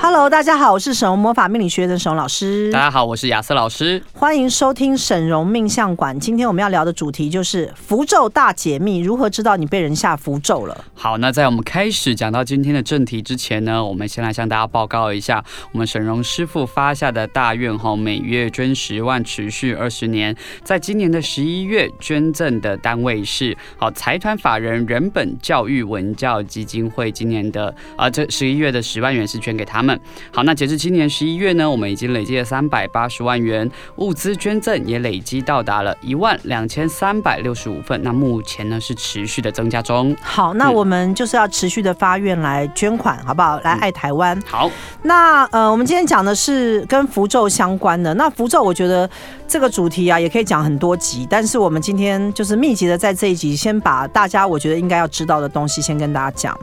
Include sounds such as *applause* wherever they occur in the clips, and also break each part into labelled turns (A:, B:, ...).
A: Hello，大家好，我是沈荣魔法命理学的沈荣老师
B: 大，家好，我是亚瑟老师。
A: 欢迎收听沈荣命相馆。今天我们要聊的主题就是符咒大解密，如何知道你被人下符咒了？
B: 好，那在我们开始讲到今天的正题之前呢，我们先来向大家报告一下我们沈荣师傅发下的大愿哈，每月捐十万，持续二十年。在今年的十一月，捐赠的单位是好财团法人人本教育文教基金会，今年的啊、这十一月的十万元是捐给他们。好，那截至今年十一月呢，我们已经累计了三百八十万元，物资捐赠也累计到达了一万两千三百六十五份，那目前呢是持续的增加中。
A: 好，那
B: 嗯
A: 我们就是要持续的发愿来捐款，好不好？来爱台湾。
B: 好，
A: 那呃，我们今天讲的是跟符咒相关的。那符咒，我觉得这个主题啊，也可以讲很多集，但是我们今天就是密集的在这一集，先把大家我觉得应该要知道的东西先跟大家讲。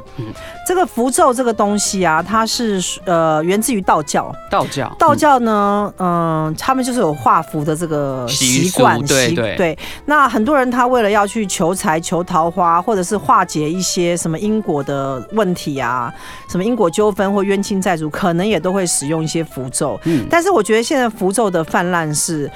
A: 这个符咒这个东西啊，它是呃源自于道教，
B: 道教，
A: 道
B: 嗯、
A: 教呢，嗯、他们就是有画符的这个
B: 习
A: 习
B: 俗
A: 惯，
B: 对
A: 习
B: 对
A: 那很多人他为了要去求财、求桃花，或者是化解一些什么因果的问题啊，什么因果纠纷或冤亲债主，可能也都会使用一些符咒。
B: 嗯
A: 但是我觉得现在符咒的泛滥是。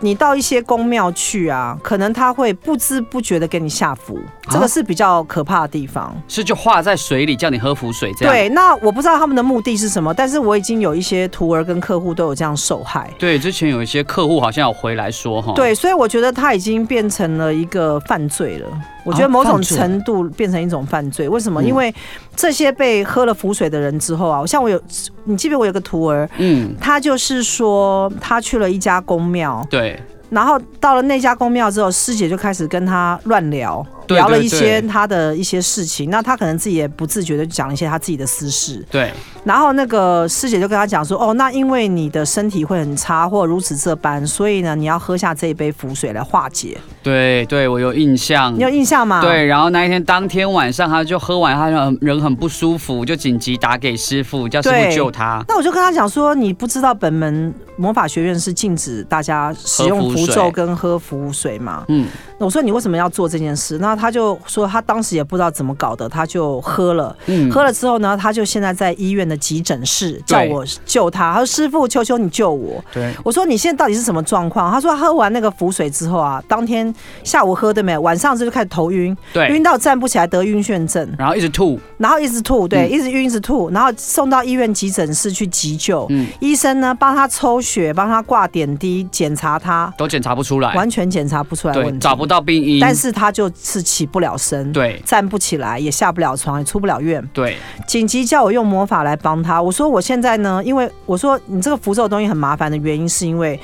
A: 你到一些宫庙去啊，可能他会不知不觉的给你下符，这个
B: 啊
A: 是比较可怕的地方。
B: 嗯是就化在水里，叫你喝符水这样。
A: 对，那我不知道他们的目的是什么，但是我已经有一些徒儿跟客户都有这样受害。
B: 对，之前有一些客户好像有回来说哈，，
A: 对，所以我觉得他已经变成了一个犯罪了。我觉得
B: 啊
A: 某种
B: 犯罪
A: 程度变成一种犯罪，为什么？
B: 嗯
A: 因为这些被喝了符水的人之后啊，像我有，你记不记得我有个徒儿，
B: 嗯，
A: 他就是说他去了一家宫庙，
B: 对，
A: 然后到了那家宫庙之后，师姐就开始跟他乱聊，
B: 对
A: 聊了
B: 对
A: 一些
B: 对
A: 他的一些事情，那他可能自己也不自觉的讲一些他自己的私事，
B: 对，
A: 然后那个师姐就跟他讲说，哦，那因为你的身体会很差，或如此这般，所以呢，你要喝下这一杯符水来化解。
B: 对，对，我有印象
A: 你。有印象吗？。
B: 嗯对，然后那一天当天晚上，他就喝完，他人人很不舒服，就紧急打给师傅，叫师
A: 对
B: 傅救他。
A: 那我就跟他讲说，你不知道本门魔法学院是禁止大家使用符
B: 喝符水
A: 咒跟喝符水吗？
B: 嗯，
A: 我说你为什么要做这件事？那他就说他当时也不知道怎么搞的，他就喝了，
B: 嗯
A: 喝了之后呢，他就现在在医院的急诊室叫
B: 对
A: 我救他，他说师傅，求求你救我。
B: 对，
A: 我说你现在到底是什么状况？他说他喝完那个符水之后啊，当天下午喝对没？晚上就开始头晕，
B: 对
A: 晕，到站不起来，得晕眩症，
B: 然后一直吐，
A: 然后一直吐，对，
B: 嗯
A: 一直晕一直吐，然后送到医院急诊室去急救，
B: 嗯，
A: 医生呢帮他抽血，帮他挂点滴，检查他，
B: 都检查不出来，
A: 完全检查不出来问
B: 哎对，
A: 题，
B: 找不，到病因，
A: 但是他就是起不了身。
B: 对
A: 站不起来，也下不了床，也出不了院。
B: 对
A: 紧急叫我用魔法来帮他。我说我现在呢，因为我说你这个符咒的东西很麻烦的原因，是因为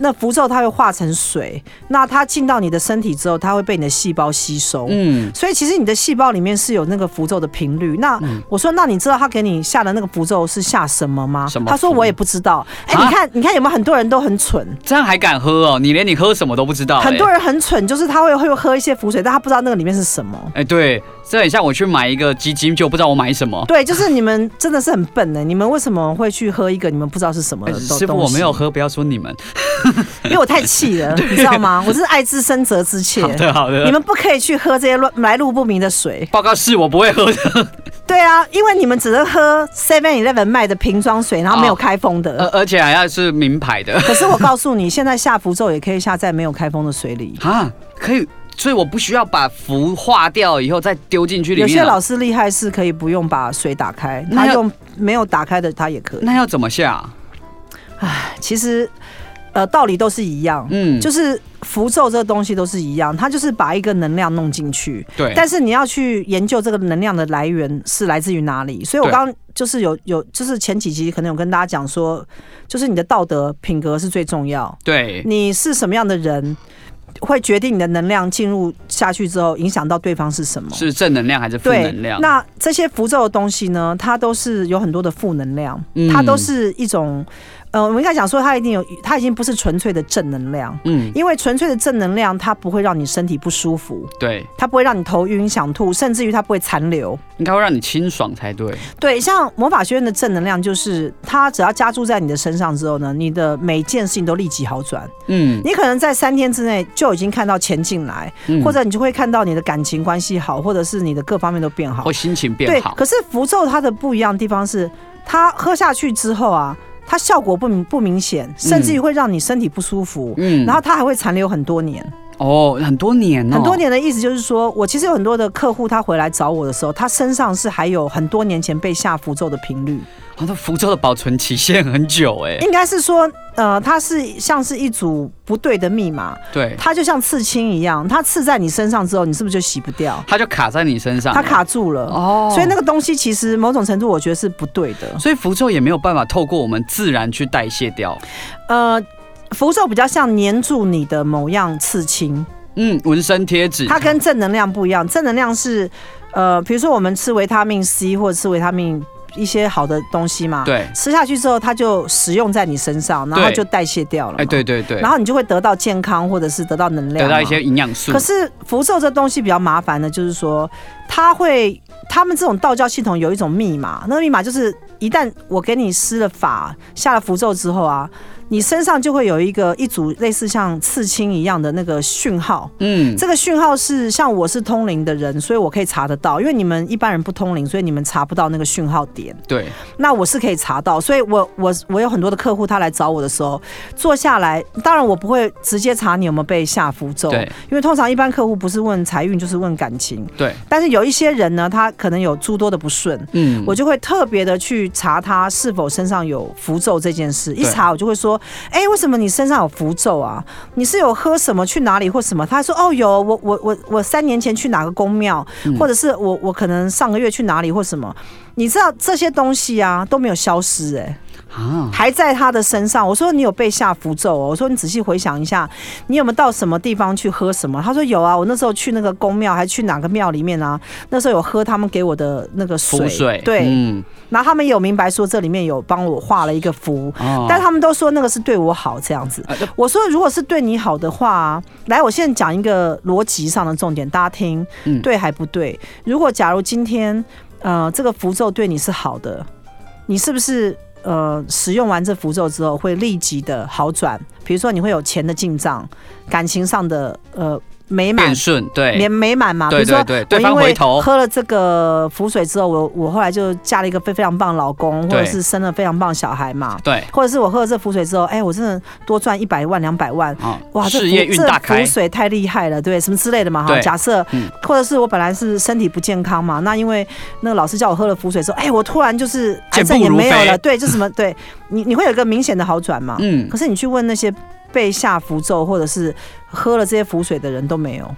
A: 那符咒它会化成水，那它进到你的身体之后，它会被你的细胞吸收。
B: 嗯，
A: 所以其实你的细胞里面是有那个符咒的频率。那、
B: 嗯
A: 我说，那你知道他给你下的那个符咒是下什么吗？
B: 什么
A: 他说
B: 符
A: 我也不知道。哎、
B: 啊
A: 你看，你看有没有很多人都很蠢？
B: 这样还敢喝哦？你连你喝什么都不知道、
A: 很
B: 哎
A: 多人很蠢，就是他会会喝一些符水，但他不知道那个里面是什么。
B: 哎、对，这很像我去买一个基金，就不知道我买什么。
A: 对，就是你们真的是很笨欸呢。你们为什么会去喝一个你们不知道是什么
B: 哎
A: 的东西？
B: 师傅，我没有喝，不要说你们。
A: *laughs* 因为我太气了，你知道吗？我是爱之深责之切
B: 好。的，好
A: 你
B: 的。
A: 们不可以去喝这些乱来路不明的水，
B: 报告是我不会喝的，
A: 对啊，因为你们只能喝 Seven Eleven 卖的瓶装水，然后没
B: 哦
A: 有开封的。
B: 而而且还要是名牌的
A: 可是我告诉你，现在下符咒也可以下在没有开封的水里。
B: 啊，可以，所以我不需要把符化掉以后再丢进去里
A: 有
B: 面。啊
A: 些老师厉害是可以不用把水打开，
B: 那
A: 他
B: 要
A: 用没有打开的他也可以。
B: 那要怎么下？
A: 其实，呃，道理都是一样，
B: 嗯，
A: 就是符咒这东西都是一样，它就是把一个能量弄进去，
B: 对，
A: 但是你要去研究这个能量的来源是来自于哪里，所以我
B: 对
A: 刚刚就是有有就是前几集可能有跟大家讲说，就是你的道德品格是最重要，
B: 对
A: 你是什么样的人，会决定你的能量进入下去之后影响到对方是什么。
B: 是正能量还是负
A: 对
B: 能，量？
A: 那这些符咒的东西呢，它都是有很多的负能量，
B: 嗯
A: 它都是一种呃，我们应该讲说它一定有，它已经不是纯粹的正能量，
B: 嗯，
A: 因为纯粹的正能量它不会让你身体不舒服，
B: 对，
A: 它不会让你头晕想吐，甚至于它不会残留。
B: 应该会让你清爽才对。
A: 对，像魔法学院的正能量就是，它只要加注在你的身上之后呢，你的每件事情都立即好转。
B: 嗯，
A: 你可能在三天之内就已经看到钱进来，
B: 嗯
A: 或者你就会看到你的感情关系好，或者是你的各方面都变好。
B: 或心情变好
A: 对，。可是符咒它的不一样的地方是，它喝下去之后啊，它效果不明不明显，甚至于会让你身体不舒服。
B: 嗯
A: 然后它还会残留很多年，
B: 哦，很多年哦，
A: 很多年的意思就是说，我其实有很多的客户，他回来找我的时候，他身上是还有很多年前被下符咒的频率，
B: 哦，那福州的保存期限很久哎。
A: 应该是说，呃，它是像是一组不对的密码，
B: 对，
A: 它就像刺青一样，它刺在你身上之后，你是不是就洗不掉？
B: 它就卡在你身上。
A: 它。卡住了，
B: 啊哦，
A: 所以那个东西其实某种程度我觉得是不对的。
B: 所以符咒也没有办法透过我们自然去代谢掉。
A: 呃，符咒比较像粘住你的某样刺青，
B: 嗯，纹身贴纸，
A: 它跟正能量不一样。正能量是，呃，比如说我们吃维他命 C 或者吃维他命一些好的东西嘛，，
B: 对，
A: 吃下去之后它就使用在你身上，然后
B: 对
A: 就代谢掉了，
B: 哎，对，对对
A: 然，后你就会得到健康或者是得到能量，
B: 得到一些。营养素
A: 可。是符咒这东西比较麻烦的，就是说它会。他们这种道教系统有一种密码，那个密码就是一旦我给你施了法、下了符咒之后啊，你身上就会有一个一组类似像刺青一样的那个讯号。
B: 嗯，
A: 这个讯号是像我是通灵的人，所以我可以查得到，因为你们一般人不通灵，所以你们查不到那个讯号点。
B: 对，
A: 那我是可以查到，所以我我我有很多的客户他来找我的时候，坐下来，当然我不会直接查你有没有被下符咒，
B: 对
A: 因为通常一般客户不是问财运就是问感情，
B: 对，
A: 但是有一些人呢，他可能有诸多的不顺。
B: 嗯，
A: 我就会特别的去查他是否身上有符咒这件事，一查我就会说，哎、为什么你身上有符咒啊？你是有喝什么去哪里或什么？他说，哦，有，我我我我三年前去哪个宫庙，
B: 嗯
A: 或者是我我可能上个月去哪里或什么。你知道这些东西啊都没有消失、诶，
B: 啊，
A: 还在他的身上。我说你有被下符咒哦，我说你仔细回想一下，你有没有到什么地方去喝什么？他说有啊，我那时候去那个宫庙，还去哪个庙里面啊？那时候有喝他们给我的那个水，
B: 符水，
A: 对，
B: 嗯，
A: 然后他们也有明白说这里面有帮我画了一个符，
B: 哦
A: 但他们都说那个是对我好这样子
B: 呃那。
A: 我说如果是对你好的话，来，我现在讲一个逻辑上的重点，大家听
B: 嗯，
A: 对还不对？如果假如今天呃这个符咒对你是好的，你是不是？呃，使用完这符咒之后，会立即的好转。比如说，你会有钱的进账，感情上的呃美满
B: 变，顺，对
A: 美，美满嘛。比
B: 哎对
A: 如说我
B: 对对，对
A: 因
B: 方
A: 为
B: 回头，
A: 喝了这个符水之后，我我后来就嫁了一个非非常棒的老公，或
B: 对
A: 者是生了非常棒的小孩嘛，
B: 对，
A: 或者是我喝了这符水之后，哎，我真的多赚一百万两百万。
B: 哦，
A: 哇，这符
B: 事业运
A: 这
B: 大开
A: 符，水太厉害了，对，什么之类的嘛哈。
B: 对
A: 假设
B: 嗯，
A: 或者是我本来是身体不健康嘛，那因为那个老师叫我喝了符水之后，哎，我突然就是癌
B: 健步
A: 症也
B: 如
A: 没有
B: 飞
A: 了，对，就什么，对你你会有一个明显的好转嘛。
B: 嗯，
A: 可是你去问那些被下符咒或者是喝了这些符水的人都没有。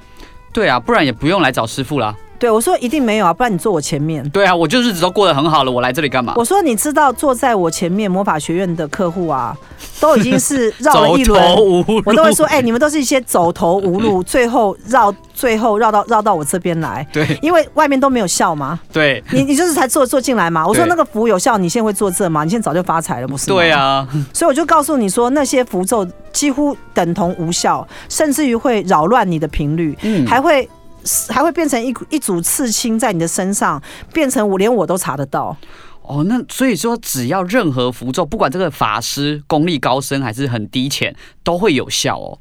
B: 对啊，不然也不用来找师傅啦。
A: 对我说一定没有啊，不然你坐我前面。
B: 对啊，我就日子都过得很好了，我来这里干嘛？
A: 我说，你知道坐在我前面魔法学院的客户
B: *laughs*
A: 啊，都已经是绕了一轮，
B: 无路嗯
A: 我都会说，哎、你们都是一些走投无路，最后绕，最后绕到绕到我这边来，
B: 对
A: 因为外面都没有效嘛，
B: 对
A: 你你就是才坐坐进来嘛。我说
B: 对
A: 那个符有效，你现在会坐这吗？你现在早就发财了，不是？
B: 对。啊，
A: 所以我就告诉你说，那些符咒几乎等同无效，甚至于会扰乱你的频率，
B: 嗯，
A: 还会。还会变成一股一组刺青在你的身上，变成我连我都查得到。
B: 哦，那所以说，只要任何符咒，不管这个法师功力高深还是很低浅，都会有效哦。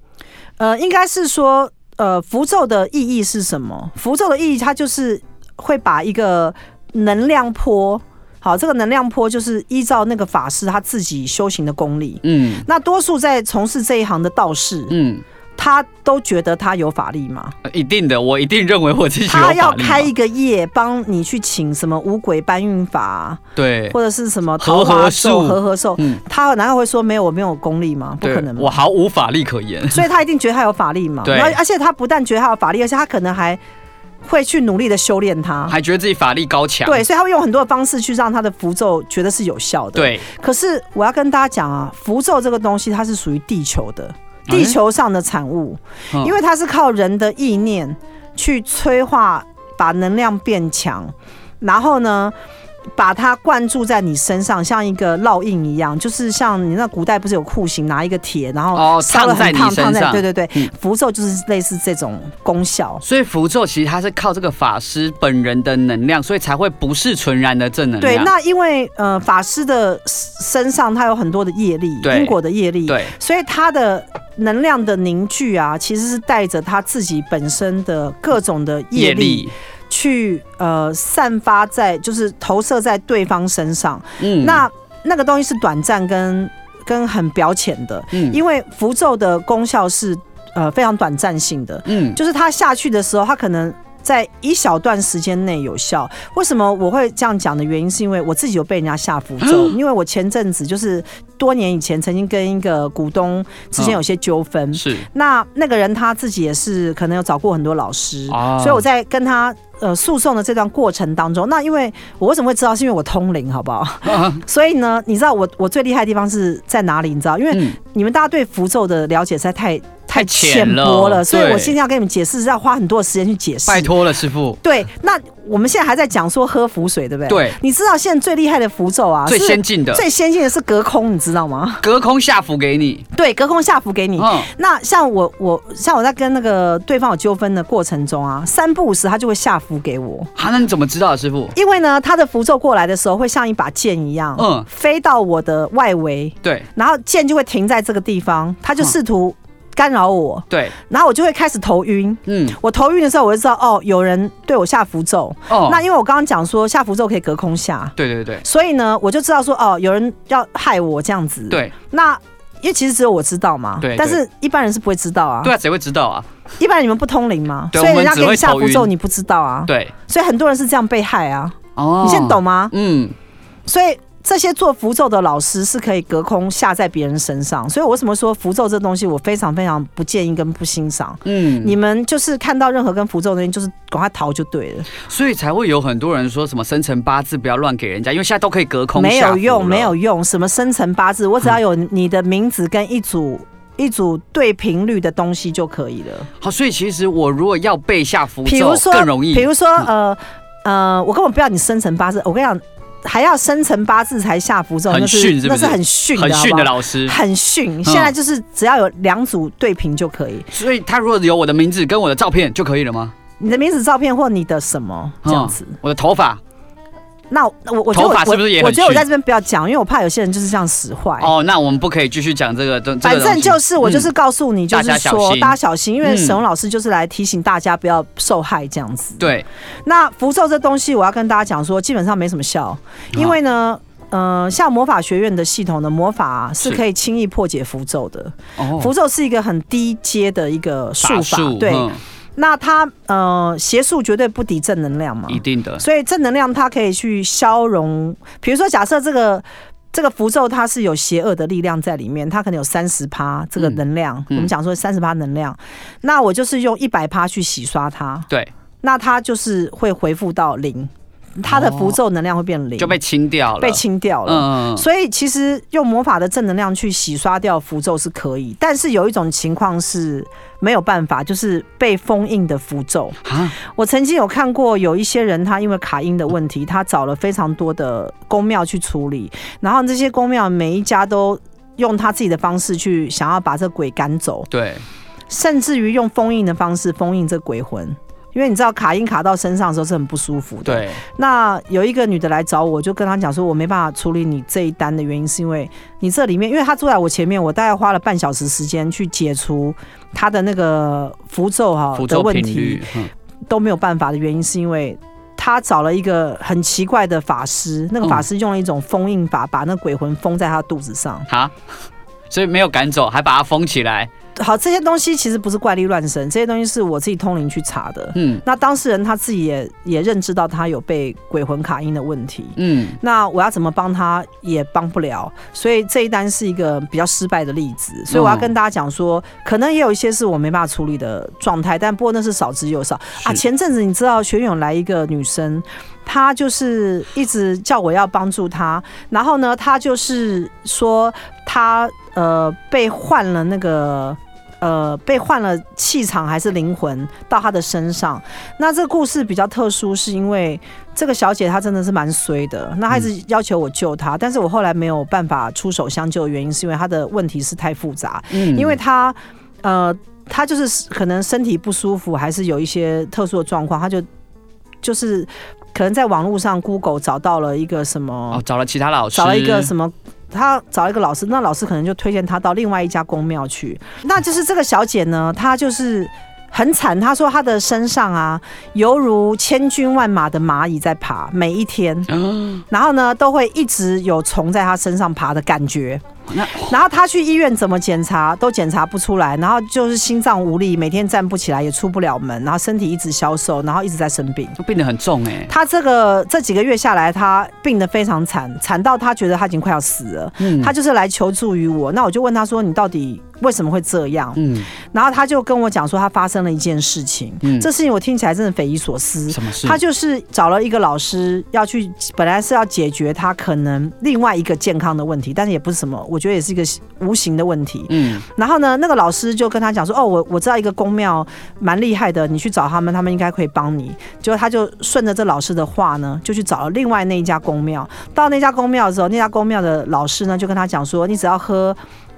A: 呃，应该是说，呃，符咒的意义是什么？符咒的意义，它就是会把一个能量波，好，这个能量波就是依照那个法师他自己修行的功力。
B: 嗯
A: 那多数在从事这一行的道士，
B: 嗯、
A: 他都觉得他有法力嘛，
B: 呃一定的，我一定认为我自己有法
A: 他
B: 力
A: 要
B: 嘛
A: 开一个业，帮你去请什么五鬼搬运法啊，
B: 对，
A: 或者是什么桃
B: 和合
A: 花寿、
B: 术
A: 和合寿，
B: 嗯，
A: 他难道会说没有我没有功力吗？不
B: 对
A: 可能嘛
B: 我毫无法力可言。
A: 所以他一定觉得他有法力嘛。
B: 对
A: 然后而且他不但觉得他有法力，而且他可能还会去努力的修炼它。
B: 还觉得自己法力高强，
A: 啊对，所以他会用很多的方式去让他的符咒觉得是有效的。，
B: 对，
A: 可是我要跟大家讲啊，符咒这个东西它是属于地球的，
B: 哎
A: 地球上的产物，
B: 嗯
A: 因为它是靠人的意念去催化，把能量变强，然后呢，把它灌注在你身上，像一个烙印一样，就是像你那古代不是有酷刑，拿一个铁，然后
B: 哦
A: 烧得很烫，
B: 烫在你身上
A: 对对对
B: 嗯，
A: 符咒就是类似这种功效。
B: 所以符咒其实它是靠这个法师本人的能量，所以才会不是纯然的正能
A: 对，
B: 量。
A: 那因为呃，法师的身上他有很多的业力，
B: 对
A: 因果的业力，
B: 对
A: 所以他的能量的凝聚啊，其实是带着他自己本身的各种的业
B: 业
A: 力
B: 力，
A: 去呃散发在，就是投射在对方身上。
B: 嗯
A: 那那个东西是短暂跟跟很表浅的，
B: 嗯
A: 因为符咒的功效是呃非常短暂性的，
B: 嗯
A: 就是它下去的时候，它可能。在一小段时间内有效，为什么我会这样讲的原因，是因为我自己有被人家下符咒，因为我前阵子就是多年以前曾经跟一个股东之间有些纠纷，
B: 是
A: 那那个人他自己也是可能有找过很多老师，
B: 哦
A: 所以我在跟他呃诉讼的这段过程当中，那因为我为什么会知道，是因为我通灵，好不好？
B: 嗯啊
A: 所以呢，你知道我我最厉害的地方是在哪里？你知道，因为
B: 嗯
A: 你们大家对符咒的了解实在 *laughs* 太
B: 太
A: 浅
B: 浅了
A: 薄了，所以
B: 对
A: 我今天要跟你们解释，是要花很多时间去解释。
B: 拜托了师傅，
A: 对，那我们现在还在讲说喝符水，对不对？
B: 对
A: 你知道现在最厉害的符咒啊，
B: 最
A: 是
B: 先进的
A: 最先进的是隔空，你知道吗？
B: 隔空下符给你，
A: 对，隔空下符给你。
B: 嗯
A: 那像我我像我在跟那个对方有纠纷的过程中啊，三不五时他就会下符给我，
B: 好，啊那你怎么知道的师傅？
A: 因为呢他的符咒过来的时候会像一把剑一样，
B: 嗯
A: 飞到我的外围，
B: 对
A: 然后剑就会停在这个地方，他
B: 哦
A: 就试图干扰我，
B: 对，
A: 然后我就会开始头晕。
B: 嗯
A: 我头晕的时候，我就知道哦，有人对我下符咒。
B: 哦，
A: 那因为我刚刚讲说下符咒可以隔空下，
B: 对对对
A: 所以呢，我就知道说哦，有人要害我这样子。，
B: 对
A: 那因为其实只有我知道嘛，
B: 对
A: 但是一般人是不会知道啊。
B: 对啊，谁会知道啊？
A: 一般人你们不通灵吗？
B: 对
A: 所以
B: 我们
A: 人家
B: 只
A: 给你
B: 会
A: 下
B: 头
A: 符咒，
B: 晕
A: 你不知道啊。
B: 对
A: 所以很多人是这样被害啊，
B: 哦，
A: 你现在懂？吗？
B: 嗯，
A: 所以这些做符咒的老师是可以隔空下在别人身上。所以我为什么说符咒这东西我非常非常不建议跟不欣赏？
B: 嗯，
A: 你们就是看到任何跟符咒的东西，就是赶快逃就对了，
B: 所以才会有很多人说什么生辰八字不要乱给人家，因为现在都可以隔空
A: 没
B: 下
A: 有
B: 符
A: 用，
B: 了
A: 没有用。什么生辰八字，我只要有你的名字跟一组一组对频率的东西就可以
B: *laughs*
A: 了。
B: 好，所以其实我如果要背下符
A: 比如
B: 咒
A: 说
B: 更容易嗯
A: 比，如说呃呃，我根本不要你生辰八字，我跟你讲，还要生辰八字才下符咒，
B: 很
A: 那
B: 逊是不
A: 那
B: 是
A: 是很逊的，
B: 很逊
A: 好不
B: 的
A: 好
B: 老师。嗯
A: 很逊。现在就是只要有两组对平就可以，
B: 所以他如果有我的名字跟我的照片就可以了吗？
A: 你的名字、照片或你的什么这样子。
B: 我的头发
A: 那我我我觉得
B: 嗯头发
A: 我
B: 是不是也
A: 我我
B: 很
A: 觉得我
B: 逊
A: 在这边不要讲，因为我怕有些人就是这样使坏。
B: 哦，那我们不可以继续讲这个这这
A: 哎反
B: 个东
A: 正
B: 西。
A: 就是我就是
B: 嗯
A: 告诉你，就是
B: 大家小
A: 说
B: 心
A: 大家小心，因为
B: 嗯
A: 沈荣老师就是来提醒大家不要受害这样子。
B: 对，
A: 那符咒这东西，我要跟大家讲说，基本上没什么效，因为
B: 啊
A: 呢。呃，像魔法学院的系统的魔法、是
B: 是
A: 可以轻易破解符咒的。
B: 哦
A: 符咒是一个很低阶的一个术
B: 法
A: 法，
B: 术
A: 对。
B: 嗯
A: 那它呃，邪术绝对不敌正能量嘛，
B: 一定的
A: 所以正能量它可以去消融。比如说，假设这个这个符咒它是有邪恶的力量在里面，它可能有三十趴这个
B: 嗯
A: 能量，我们
B: 嗯
A: 讲说三十趴能量，那我就是用一百趴去洗刷它。
B: 对，
A: 那它就是会回复到零，它的符咒能量会变零，
B: 哦就被清掉了，
A: 被清掉了。
B: 嗯，嗯嗯
A: 所以其实用魔法的正能量去洗刷掉符咒是可以，但是有一种情况是没有办法，就是被封印的符咒。
B: 啊，
A: 我曾经有看过有一些人，他因为卡音的问题，他找了非常多的宫庙去处理，然后这些宫庙每一家都用他自己的方式去想要把这鬼赶走，
B: 对，
A: 甚至于用封印的方式封印这鬼魂，因为你知道卡音卡到身上的时候是很不舒服的。
B: 对，
A: 那有一个女的来找我，就跟她讲说，我没办法处理你这一单的原因，是因为你这里面，因为她坐在我前面，我大概花了半小时时间去解除她的那个符咒哈
B: 符
A: 的
B: 咒
A: 问
B: 频
A: 题
B: 率，嗯
A: 都没有办法的原因，是因为。她找了一个很奇怪的法师，那个法师用了一种封印法，把那鬼魂封在她肚子上。
B: 好， *laughs* 所以没有赶走，还把它封起来，
A: 好，这些东西其实不是怪力乱神，这些东西是我自己通灵去查的。
B: 嗯
A: 那当事人他自己也也认知到他有被鬼魂卡音的问题，
B: 嗯，
A: 那我要怎么帮他也帮不了，所以这一单是一个比较失败的例子。所以我要跟大家讲说，可能也有一些是我没办法处理的状态，但不过那是少之又少啊。
B: 是
A: 前阵子你知道学院有来一个女生，她就是一直叫我要帮助她，然后呢，她就是说她呃被换了那个。呃被换了气场还是灵魂到她的身上。那这个故事比较特殊，是因为这个小姐她真的是蛮衰的，那她一直要求我救她，但是我后来没有办法出手相救的原因，是因为她的问题是太复杂，
B: 嗯
A: 因为她呃她就是可能身体不舒服，还是有一些特殊的状况，她就就是可能在网络上 Google 找到了一个什么
B: 哦找了其他老师，
A: 找了一个什么，他找了一个老师，那老师可能就推荐他到另外一家公庙去。那就是这个小姐呢，她就是很惨，她说她的身上啊，犹如千军万马的蚂蚁在爬，每一天，
B: 啊
A: 然后呢都会一直有虫在她身上爬的感觉。
B: 那
A: 然后她去医院怎么检查都检查不出来，然后就是心脏无力，每天站不起来，也出不了门，然后身体一直消瘦，然后一直在生病。
B: 那变得很重哎、
A: 她这个这几个月下来，她病得非常惨，惨到她觉得她已经快要死了。
B: 嗯
A: 他就是来求助于我。那我就问他说：“你到底为什么会这样
B: 嗯？”
A: 然后他就跟我讲说，他发生了一件事情。
B: 嗯
A: 这事情我听起来真的匪夷所思。
B: 什么事？
A: 他就是找了一个老师要去，本来是要解决他可能另外一个健康的问题，但是也不是什么，我觉得也是一个无形的问题。
B: 嗯
A: 然后呢，那个老师就跟他讲说：“哦，我我知道一个公庙蛮厉害的，你去找他们，他们应该可以帮你。”结果他就顺着这老师的话呢，就去找了另外那一家公庙。到那家公庙的时候，那家公庙的老师呢就跟他讲说：“你只要喝。”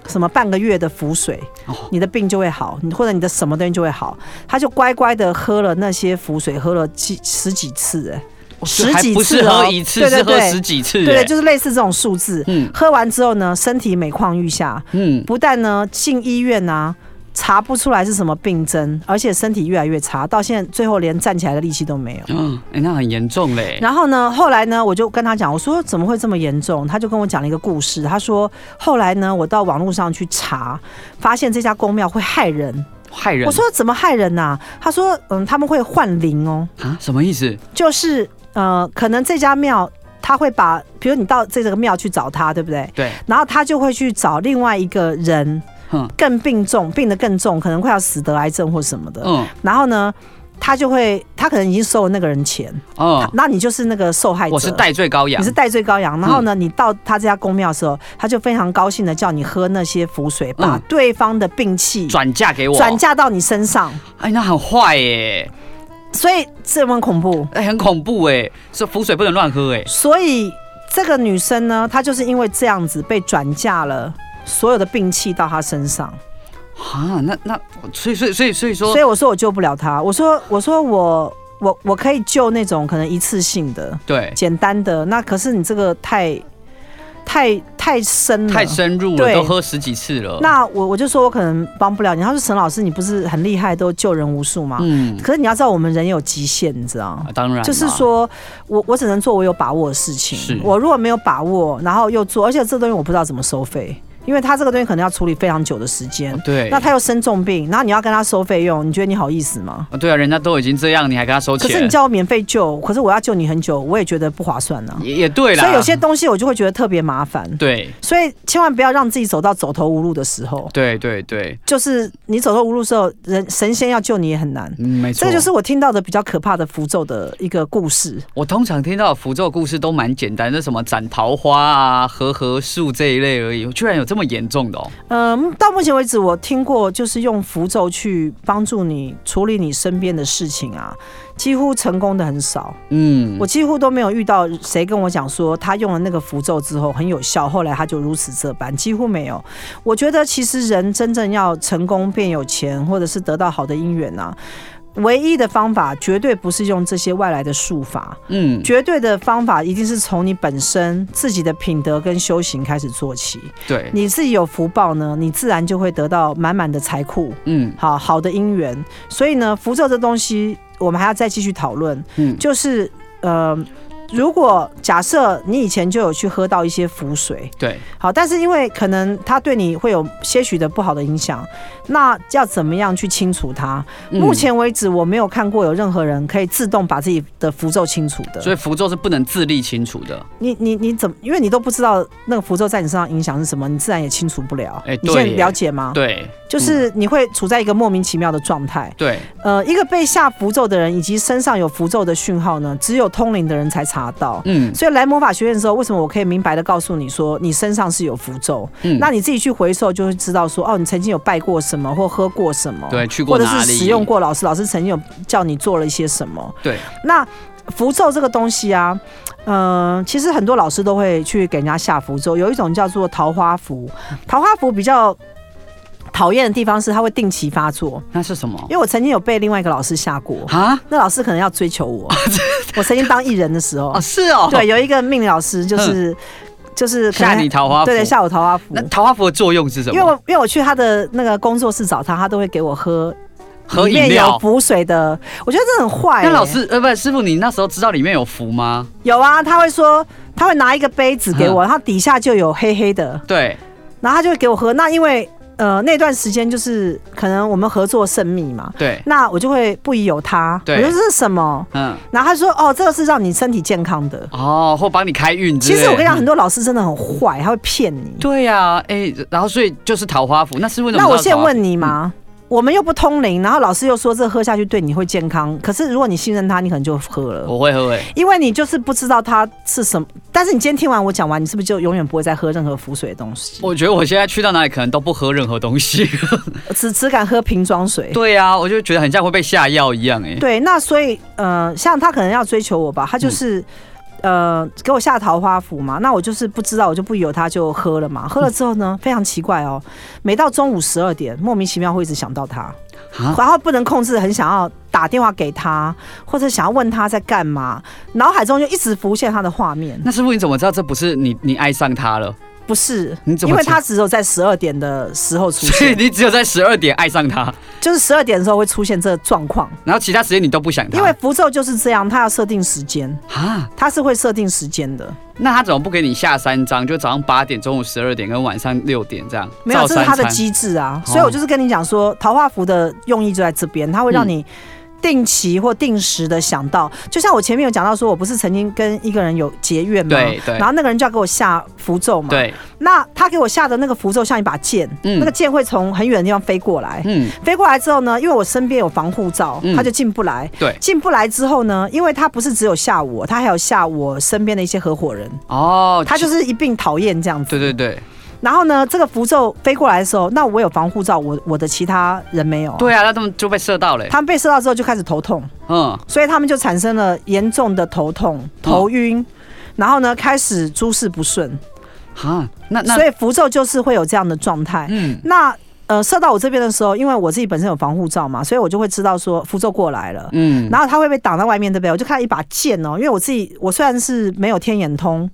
A: 什么半个月的符水
B: 哦，
A: 你的病就会好，你或者你的什么东西就会好。他就乖乖的喝了那些符水，喝了几十几次、哎十
B: 还
A: 几
B: 不是
A: 次哦
B: 喝一次，
A: 对对
B: 是喝
A: 对
B: 十几次、欸，
A: 对对，就是类似这种数字。
B: 嗯
A: 喝完之后呢，身体每况愈下，
B: 嗯，
A: 不但呢进医院啊查不出来是什么病症，而且身体越来越差，到现在最后连站起来的力气都没有。
B: 嗯，哎、那很严重嘞、
A: 然后呢，后来呢，我就跟他讲，我说怎么会这么严重？他就跟我讲了一个故事，他说嗯后来呢，我到网络上去查，发现这家公庙会害人。
B: 害人。
A: 我说怎么害人呐、他说嗯，他们会换灵哦，
B: 啊，什么意思？
A: 就是呃，可能这家庙他会把，比如你到这个庙去找他，对不对？
B: 对，
A: 然后他就会去找另外一个人
B: 嗯，
A: 更病重，病得更重，可能快要死得癌症或什么的。
B: 嗯
A: 然后呢，他就会，他可能已经收了那个人钱，
B: 哦，
A: 那你就是那个受害者。
B: 我是嗯戴罪羔羊，
A: 你是戴罪羔羊，然后呢，你到他这家公庙的时候，他就非常高兴的叫你喝那些符水，把
B: 嗯
A: 对方的病气
B: 转嫁给我，
A: 转，嫁到你身上，
B: 哎、那很坏耶、
A: 所以这么恐怖。
B: 哎、很恐怖哎、这浮水不能乱喝哎、
A: 所以这个女生呢，她就是因为这样子被转嫁了所有的病气到她身上。
B: 啊，那那所以所以所以所以说
A: 所以我说我救不了他。我说我说我我我可以救那种可能一次性的、
B: 对，
A: 简单的，那可是你这个太太太深了，
B: 太。深入了，
A: 对
B: 都喝十几次了。
A: 那我我就说我可能帮不了你。他说沈老师，你不是很厉害，都救人无数吗？
B: 嗯，
A: 可是你要知道，我们人有极限，你知道吗
B: 啊当然啦，
A: 就是说我我只能做我有把握的事
B: 是
A: 情。我如果没有把握，然后又做，而且这东西我不知道怎么收费，因为他这个东西可能要处理非常久的时间
B: 哦。对，
A: 那他又生重病，然后你要跟他收费用，你觉得你好意思吗？
B: 哦对啊，人家都已经这样，你还跟他收
A: 可
B: 钱？
A: 是你叫我免费救，可是我要救你很久，我也觉得不划算呢、
B: 也也对啦，
A: 所以有些东西我就会觉得特别麻烦。
B: 对
A: 所以千万不要让自己走到走投无路的时候，
B: 对对对，
A: 就是你走投无路的时候，人神仙要救你也很难。
B: 嗯，没错。
A: 这就是我听到的比较可怕的符咒的一个故事。
B: 我通常听到的符咒故事都蛮简单，那什么斩桃花啊、和合术这一类而已，居然有这么严重的哦。
A: 嗯，到目前为止我听过，就是用符咒去帮助你处理你身边的事情啊，几乎成功的很少。
B: 嗯，
A: 我几乎都没有遇到谁跟我讲说他用了那个符咒之后很有效，后来他就如此这般，几乎没有。我觉得其实人真正要成功变有钱，或者是得到好的姻缘啊。唯一的方法绝对不是用这些外来的术法，
B: 嗯，
A: 绝对的方法一定是从你本身自己的品德跟修行开始做起。
B: 对，
A: 你自己有福报呢，你自然就会得到满满的财库，
B: 嗯
A: 好好的姻缘。所以呢，符咒这东西我们还要再继续讨论。
B: 嗯，
A: 就是呃，如果假设你以前就有去喝到一些符水，
B: 对，
A: 好，但是因为可能它对你会有些许的不好的影响，那要怎么样去清除它？
B: 嗯
A: 目前为止，我没有看过有任何人可以自动把自己的符咒清除
B: 嗯所
A: 的。
B: 以符咒是不能自立清楚的。
A: 你你你怎么？因为你都不知道那个符咒在你身上影响是什么，你自然也清除不了。
B: 哎
A: 你现在
B: 对耶
A: 了解吗？
B: 对，
A: 就是你会处在一个莫名其妙的状态。
B: 对，
A: 呃，一个被下符咒的人以及身上有符咒的讯号呢，只有通灵的人才查到。
B: 嗯
A: 所以来魔法学院的时候，为什么我可以明白的告诉你说你身上是有符咒？
B: 嗯
A: 那你自己去回溯就会知道说，哦，你曾经有拜过什么，或喝过什么，
B: 对去过
A: 或者
B: 哪
A: 是
B: 里
A: 使用过老师，老师曾经有叫你做了一些什么。
B: 对，
A: 那符咒这个东西啊，嗯、其实很多老师都会去给人家下符咒，有一种叫做桃花符，桃花符比较。讨厌的地方是它会定期发作，
B: 那是什么
A: 因？为我曾经有被另外一个老师下过，
B: 啊？
A: 那老师可能要追求
B: *laughs*
A: 我。我曾经当艺人的时候
B: 哦，，是哦，嗯
A: 对，，有一个命理老师就是就是可能
B: *laughs* 吓你桃花符，
A: 对对，下我桃花符
B: 那。桃花符的作用是什么？
A: 因为我因为我去他的那个工作室找他，他都会给我喝
B: 喝
A: 里
B: 饮
A: 面有
B: 料。
A: 符水的，我觉得这很坏欸、
B: 那老师呃，不是师傅，你那时候知道里面有符吗？
A: 有啊，他会说他会拿一个杯子给
B: 嗯
A: 我，然后底下就有黑黑的，
B: 对，
A: 然后他就会给我喝。那因为呃那段时间就是可能我们合作甚密嘛，
B: 对，
A: 那我就会不疑有他，我
B: 对
A: 就说这是什么？
B: 嗯，
A: 然后他说哦，这个是让你身体健康的。
B: 哦，或帮你开运之
A: 其
B: 类。
A: 实我跟你讲，很
B: 嗯
A: 多老师真的很坏，他会骗你。
B: 对呀，哎，然后所以就是桃花符。那师傅，
A: 那我现在问你，嘛，我们又不通灵，然后老师又说这喝下去对你会健康，可是如果你信任他，你可能就喝了。
B: 我会喝哎，
A: 因为你就是不知道它是什么，但是你今天听完我讲完，你是不是就永远不会再喝任何浮水的东西？
B: 我觉得我现在去到哪里可能都不喝任何
A: *laughs*
B: 东西。
A: 只只敢喝瓶装水。
B: 对呀，我就觉得很像会被下药一样哎。
A: 对，那所以呃，像他可能要追求我吧，他就是、呃给我下桃花符嘛，那我就是不知道，我就不由他就喝了嘛。喝了之后呢，非常奇怪哦，每到中午十二点，莫名其妙会一直想到他，
B: 啊
A: 然后不能控制，很想要打电话给他，或者想要问他在干嘛，脑海中就一直浮现他的画面。
B: 那师傅你怎么知道这不是你你爱上他了？
A: 不是，
B: 你怎么
A: 因为
B: 知道
A: 他只有在十二点的时候出
B: 所以
A: 现，
B: 你只有在十二点爱上他，
A: 就是十二点的时候会出现这个状况。
B: 然后其他时间你都不想他。
A: 因为符咒就是这样，它要设定时间，
B: 啊，
A: 它是会设定时间的。
B: 那他怎么不给你下三张？就早上八点、中午十二点跟晚上六点这样？
A: 没有，
B: 照
A: 这是
B: 三
A: 它的
B: 餐
A: 机制啊。
B: 哦
A: 所以我就是跟你讲说，桃花符的用意就在这边，它会让
B: 嗯
A: 你定期或定时的想到。就像我前面有讲到说，我不是曾经跟一个人有结怨吗？
B: 对对
A: 然后那个人就要给我下符咒嘛。。
B: 对，
A: 那他给我下的那个符咒像一把剑，
B: 嗯
A: 那个剑会从很远的地方飞过来。
B: 嗯，
A: *laughs* 飞过来之后呢，因为我身边有防护罩
B: 嗯，
A: 他就进不来。
B: 对
A: 进不来之后呢，因为他不是只有吓我，他还有吓我身边的一些合伙人，
B: 哦，
A: 他就是一并讨厌这样子。
B: 对对对
A: 然后呢，这个符咒飞过来的时候，那我有防护罩，我我的其他人没有。
B: 对，啊，那他们就被射到了欸。
A: 他们被射到之后就开始头痛，
B: 嗯，
A: 所以他们就产生了严重的头痛、头晕，然后呢开始诸事不顺，
B: 哈，那那
A: 所以符咒就是会有这样的状态。
B: 嗯
A: 那呃，射到我这边的时候，因为我自己本身有防护罩嘛，所以我就会知道说符咒过来了。
B: 嗯，
A: 然后他会被挡在外面，对不对？我就看到一把剑哦，因为我自己我虽然是没有天眼通，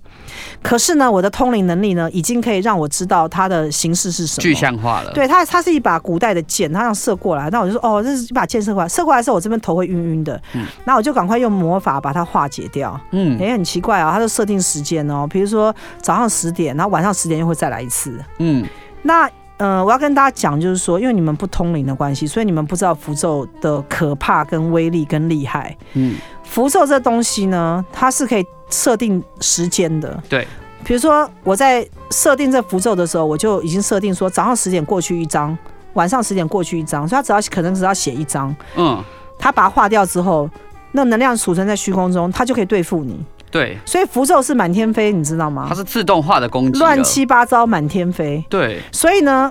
A: 可是呢，我的通灵能力呢，已经可以让我知道它的形式是什么。
B: 具象化了。，
A: 对它，它是一把古代的剑，它这样射过来，那我就说哦，这是一把剑射过来，射过来的时候我这边头会晕晕的，
B: 嗯
A: 那我就赶快用魔法把它化解掉。
B: 嗯
A: 也很奇怪啊、它就设定时间哦，比如说早上十点，然后晚上十点又会再来一次。
B: 嗯，
A: 那呃，我要跟大家讲，就是说，因为你们不通灵的关系，所以你们不知道符咒的可怕、跟威力、跟厉害。
B: 嗯，
A: 符咒这东西呢，它是可以设定时间的。
B: 对，
A: 比如说我在设定这符咒的时候，我就已经设定说早上十点过去一张，晚上十点过去一张，所以它只要可能只要写一张，
B: 嗯，
A: 它把它化掉之后，那能量储存在虚空中，它就可以对付你。
B: 对，
A: 所以符咒是满天飞，你知道
B: 它
A: 吗？
B: 是自动化的攻击了。
A: 乱七八糟满天飞。
B: 对，
A: 所以呢，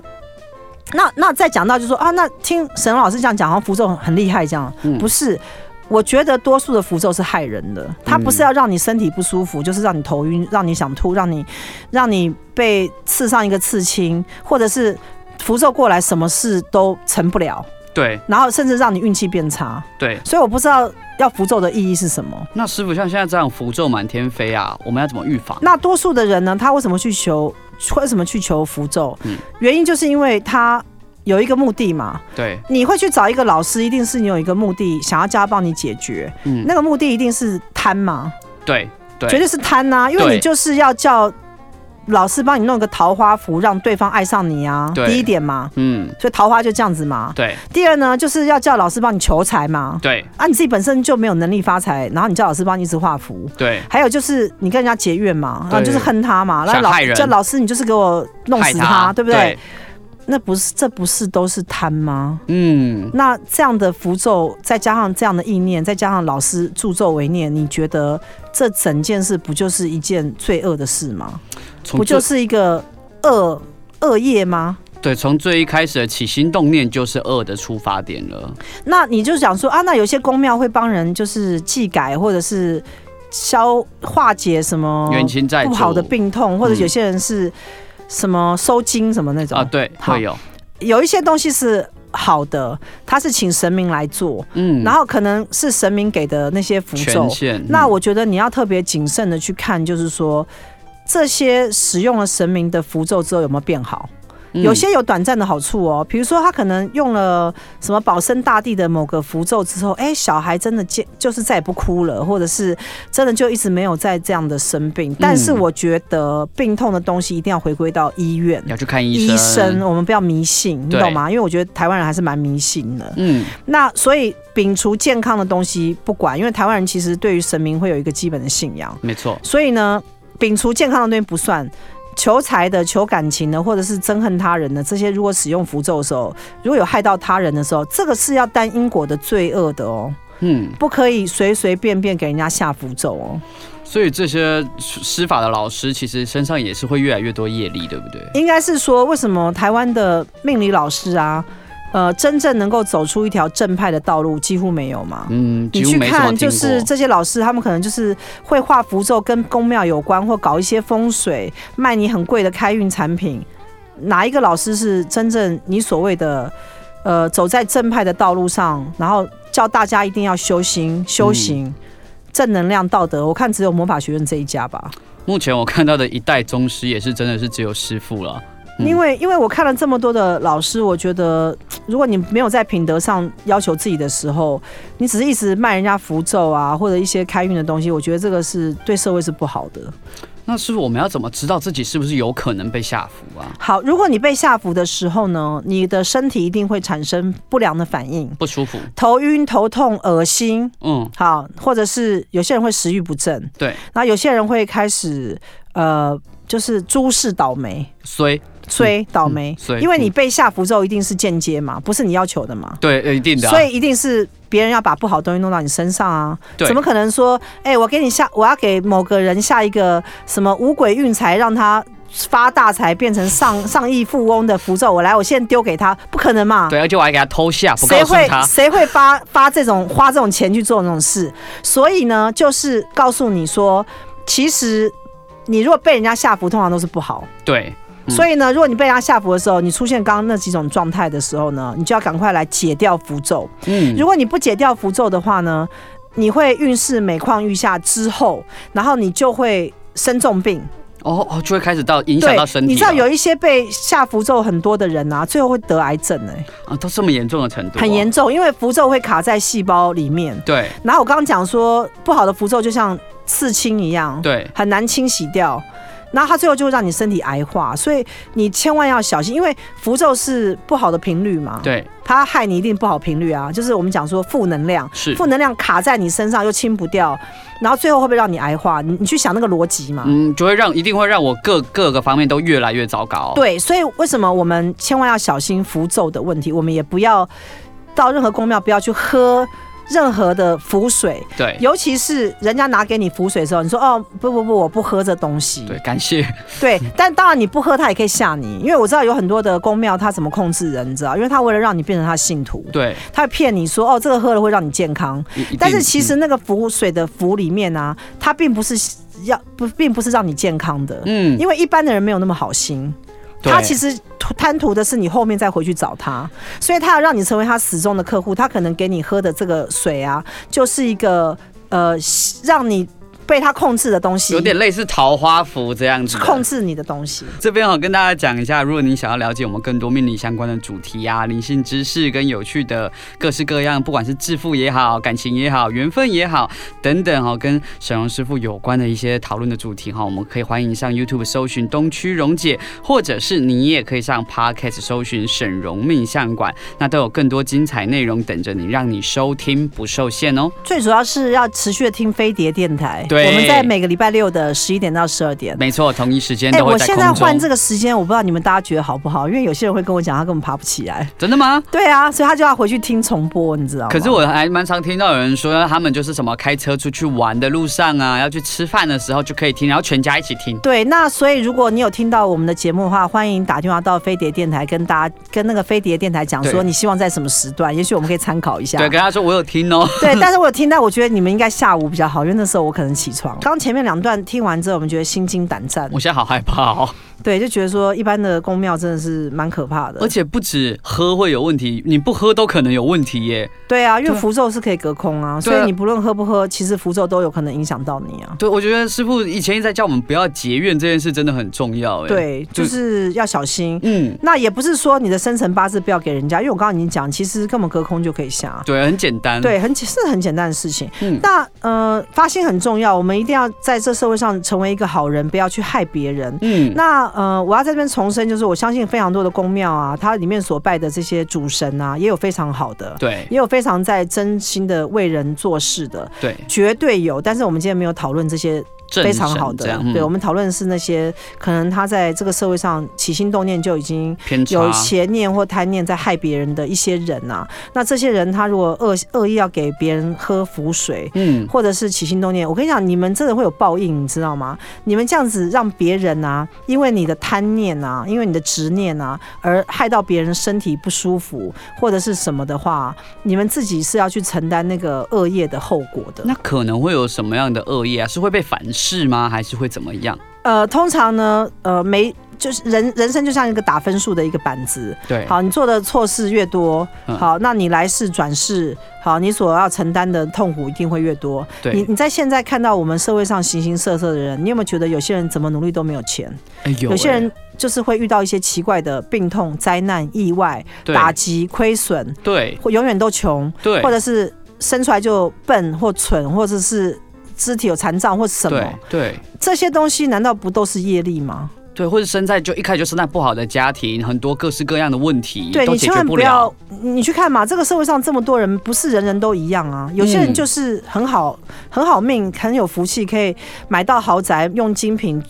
A: 那那再讲到就说啊，那听沈老师这样讲，好像符咒很很厉害这样，
B: 嗯
A: 不是。我觉得多数的符咒是害人的，它不是要让你身体不舒
B: 嗯
A: 服，就是让你头晕，让你想吐，让你让你被刺上一个刺青，或者是符咒过来什么事都成不了，
B: 对
A: 然后甚至让你运气变差。
B: 对。
A: 所以我不知道要符咒的意义是什么。
B: 那师傅像现在这样符咒满天飞啊，我们要怎么预防？
A: 那多数的人呢，他为什么去求为什么去求符咒？
B: 嗯
A: 原因就是因为他有一个目的嘛，
B: 对，
A: 你会去找一个老师，一定是你有一个目的，想要叫他帮你解决。
B: 嗯，
A: 那个目的一定是贪嘛，
B: 对对，
A: 绝对是贪呐、因为
B: 对
A: 你就是要叫老师帮你弄个桃花符，让对方爱上你啊。
B: 对
A: 第一点嘛，
B: 嗯，
A: 所以桃花就这样子嘛。
B: 对
A: 第二呢，就是要叫老师帮你求财嘛。
B: 对
A: 啊，你自己本身就没有能力发财，然后你叫老师帮你一直画符。
B: 对，
A: 还有就是你跟人家结怨嘛，然后你就是恨他嘛，
B: 想
A: 那老
B: 害人
A: 叫老师你就是给我弄死
B: 害
A: 他，对不对？？那不是这不是都是贪吗？
B: 嗯，
A: 那这样的符咒，再加上这样的意念，再加上老师助咒为念，你觉得这整件事不就是一件罪恶的事吗？
B: 从
A: 不就
B: 最
A: 是一个恶恶业吗？
B: 对，从最一开始的起心动念就是恶的出发点了。
A: 那你就想说啊，那有些公庙会帮人就是祭改，或者是消化解什么
B: 冤亲债主
A: 哦不好的病痛，或者
B: 嗯
A: 有些人是什么收金什么那种。
B: 啊，对，
A: 好
B: 会有，
A: 有一些东西是好的，它是请神明来做，
B: 嗯，
A: 然后可能是神明给的那些符咒
B: 权。限。
A: 那
B: 嗯
A: 我觉得你要特别谨慎的去看，就是说这些使用了神明的符咒之后有没有变好。
B: 嗯
A: 有些有短暂的好处哦，比如说他可能用了什么保生大帝的某个符咒之后，哎，小孩真的见就是再也不哭了，或者是真的就一直没有再这样的生病。但是
B: 嗯
A: 我觉得病痛的东西一定要回归到医院
B: 嗯、。要去看医
A: 医
B: 生，
A: 生，哦我们不要迷信，你
B: 对
A: 懂吗？因为我觉得台湾人还是蛮迷信的。
B: 嗯，
A: 那所以摒除健康的东西不管，因为台湾人其实对于神明会有一个基本的信仰。
B: 没错，
A: 所以呢，摒除健康的东西不算，求财的、求感情的，或者是憎恨他人的这些，如果使用符咒的时候，如果有害到他人的时候，这个是要担因果的罪恶的哦，
B: 嗯，
A: 不可以随随便便给人家下符咒哦。
B: 所以这些施法的老师其实身上也是会越来越多业力，对不对？
A: 应该是说，为什么台湾的命理老师啊，呃，真正能够走出一条正派的道路，几乎没有嘛？
B: 嗯，
A: 你
B: 几乎
A: 去
B: 没什么
A: 看，
B: 听
A: 就
B: 过。
A: 是这些老师，他们可能就是会画符咒，跟宫庙有关，或搞一些风水，卖你很贵的开运产品。哪一个老师是真正你所谓的，呃，走在正派的道路上，然后叫大家一定要修心、
B: 嗯
A: 修行、正能量、道德？我看只有魔法学院这一家吧，
B: 目前我看到的一代宗师也是真的是只有师傅了。嗯
A: 因为因为我看了这么多的老师，我觉得如果你没有在品德上要求自己的时候，你只是一直卖人家符咒啊，或者一些开运的东西，我觉得这个是对社会是不好的。
B: 那师傅，我们要怎么知道自己是不是有可能被下符啊？
A: 好，如果你被吓唬的时候呢，你的身体一定会产生不良的反应，
B: 不舒服，
A: 头晕、头痛、恶心，
B: 嗯，
A: 好，或者是有些人会食欲不振，
B: 对，
A: 然后有些人会开始呃，就是诸事倒霉。
B: 所以
A: 催
B: 嗯
A: 倒霉，
B: 所以
A: 因为你被下符咒一定是间接嘛，不是你要求的嘛。
B: 对，呃一定的啊、
A: 所以一定是别人要把不好的东西弄到你身上啊！
B: 对
A: 怎么可能说，哎、我给你下，我要给某个人下一个什么五鬼运财，让他发大财，变成上 *laughs* 上亿富翁的符咒，我来，我现在丢给他，不可能嘛？
B: 对，而且我还给他偷下，不
A: 谁
B: 告诉
A: 会
B: 他。
A: 谁会发发这种花这种钱去做那种事？所以呢，就是告诉你说，其实你如果被人家下符，通常都是不好。
B: 对，嗯
A: 所以呢，如果你被人家下符的时候，你出现刚刚那几种状态的时候呢，你就要赶快来解掉符咒。
B: 嗯，
A: 如果你不解掉符咒的话呢，你会运势每况愈下之后，然后你就会生重病，
B: 哦哦，就会开始到影响
A: 对
B: 到身，体了。
A: 你知道有一些被下符咒很多的人啊，最后会得癌症哎、
B: 啊，到这么严重的程度、啊
A: 很严。重，因为符咒会卡在细胞里面。
B: 对
A: 然后我刚刚讲说，不好的符咒就像刺青一样，
B: 对，
A: 很难清洗掉。然后它最后就会让你身体癌化，所以你千万要小心，因为符咒是不好的频率嘛，
B: 对
A: 它害你一定不好频率啊，就是我们讲说负能量。
B: 是。
A: 负能量卡在你身上又清不掉，然后最后会不会让你癌化？你你去想那个逻辑嘛。
B: 嗯，就会让一定会让我各各个方面都越来越糟糕。，
A: 对，所以为什么我们千万要小心符咒的问题？我们也不要到任何宫庙不要去喝任何的符水，
B: 对
A: 尤其是人家拿给你符水的时候，你说哦不不不，我不喝这东西。
B: 对，
A: *laughs*
B: 感谢
A: 对，但当然你不喝，他也可以吓你，因为我知道有很多的宫庙他怎么控制人，你知道，因为他为了让你变成他的信徒，
B: 对。
A: 他会骗你说哦这个喝了会让你健康，
B: 一一定
A: 但是其实那个符水的符里面啊，它并不是要不，并不是让你健康的，
B: 嗯，嗯
A: 因为一般的人没有那么好心，
B: 对
A: 他其实图贪图的是你后面再回去找他，所以他要让你成为他始终的客户，他可能给你喝的这个水啊，就是一个呃让你被他控制的东西，
B: 有点类似桃花符这样子的。
A: 控制你的东西。
B: 这边我跟大家讲一下，如果你想要了解我们更多命理相关的主题啊、灵性知识跟有趣的各式各样，不管是致富也好、感情也好、缘分也好等等哈、哦，跟沈荣师傅有关的一些讨论的主题哈、我们可以欢迎上 YouTube 搜寻东区荣姐，或者是你也可以上 Podcast 搜寻沈荣命相馆，那都有更多精彩内容等着你，让你收听不受限哦。
A: 最主要是要持续的听飞碟电台，
B: 对
A: 我们在每个礼拜六的十一点到十二点。
B: 没错，同一时间
A: 哎、
B: 都会
A: 我
B: 在
A: 现
B: 空
A: 在
B: 中。
A: 换这个时间，我不知道你们大家觉得好不好？因为有些人会跟我讲，他根本爬不起来。 *laughs*
B: 真的吗？
A: 对啊，所以他就要回去听重播，你知道吗？
B: 可是我还蛮常听到有人说，他们就是什么开车出去玩的路上啊，要去吃饭的时候就可以听，然后全家一起听。
A: 对，那所以如果你有听到我们的节目的话，欢迎打电话到飞碟电台，跟大家跟那个飞碟电台讲说
B: 对
A: 你希望在什么时段，也许我们可以参考一下。
B: 对，跟他说我有听哦。 *laughs*
A: 对，但是我有听到，我觉得你们应该下午比较好，因为那时候我可能起床。刚前面两段听完之后，我们觉得心惊胆战，
B: 我现在好害怕哦，
A: 对，就觉得说一般的公庙真的是蛮可怕
B: 而
A: 的。
B: 且不止喝会有问题，你不喝都可能有问题耶。
A: 对啊，因为
B: 对啊
A: 符咒是可以隔空啊，所
B: 对
A: 以
B: 啊
A: 你不论喝不喝，其实符咒都有可能影响到你啊。
B: 对，我觉得师傅以前一直在叫我们不要结怨，这件事真的很重要。哎，，
A: 对，就是要小心。
B: 嗯，
A: 那也不是说你的生辰八字不要给人家，因为我刚刚已经讲，其实根本隔空就可以下。
B: 对，很简单。，
A: 对，很是很简单的事情。
B: 嗯，
A: 那呃，发心很重要，我们一定要在这社会上成为一个好人，不要去害别人。
B: 嗯，
A: 那呃，我要在这边重申，就是我相信非常多的宫庙啊，它里面所拜的这些主神啊，也有非常好的，
B: 对
A: 也有非常在真心的为人做事的，
B: 对，
A: 绝对有。但是我们今天没有讨论这些
B: 正
A: 非常好
B: 神
A: 的
B: 这，样
A: 对，我
B: 嗯
A: 们讨论的是那些可能他在这个社会上起心动念就已经
B: 偏差
A: 有邪念或贪念在害别人的一些人啊。那这些人他如果恶恶意要给别人喝符水，
B: 嗯，
A: 或者是起心动念，我跟你讲，你们真的会有报应，你知道吗？你们这样子让别人啊，因为你的贪念啊，因为你的执念啊，而害到别人身体不舒服或者是什么的话，你们自己是要去承担那个恶业的后果的。
B: 那可能会有什么样的恶业啊？是会被反噬吗？还是会怎么样？
A: 呃，通常呢，呃，没就是人人生就像一个打分数的一个板子，
B: 对，
A: 好，你做的错事越多，
B: 嗯
A: 好，那你来世转世，好，你所要承担的痛苦一定会越多。你
B: 对，
A: 你在现在看到我们社会上形形色色的人，你有没有觉得有些人怎么努力都没有钱？
B: 哎有
A: 有些
B: 哎
A: 人就是会遇到一些奇怪的病痛、灾难、意外、
B: 对
A: 打击、亏损，
B: 对
A: 或永远都穷，
B: 对，
A: 或者是生出来就笨或蠢，或者是肢体有残障或什
B: 对
A: 么，
B: 对
A: 这些东西难道不都是业力吗？
B: 对，或者生在就一开始就生在不好的家庭，很多各式各样的问题
A: 对
B: 都
A: 你
B: 解
A: 千
B: 决
A: 万不要
B: 了。，
A: 你去看嘛，这个社会上这么多人，不是人人都一样啊。有些人
B: 嗯
A: 就是很好、很好命，很有福气，可以买到豪宅，用精品，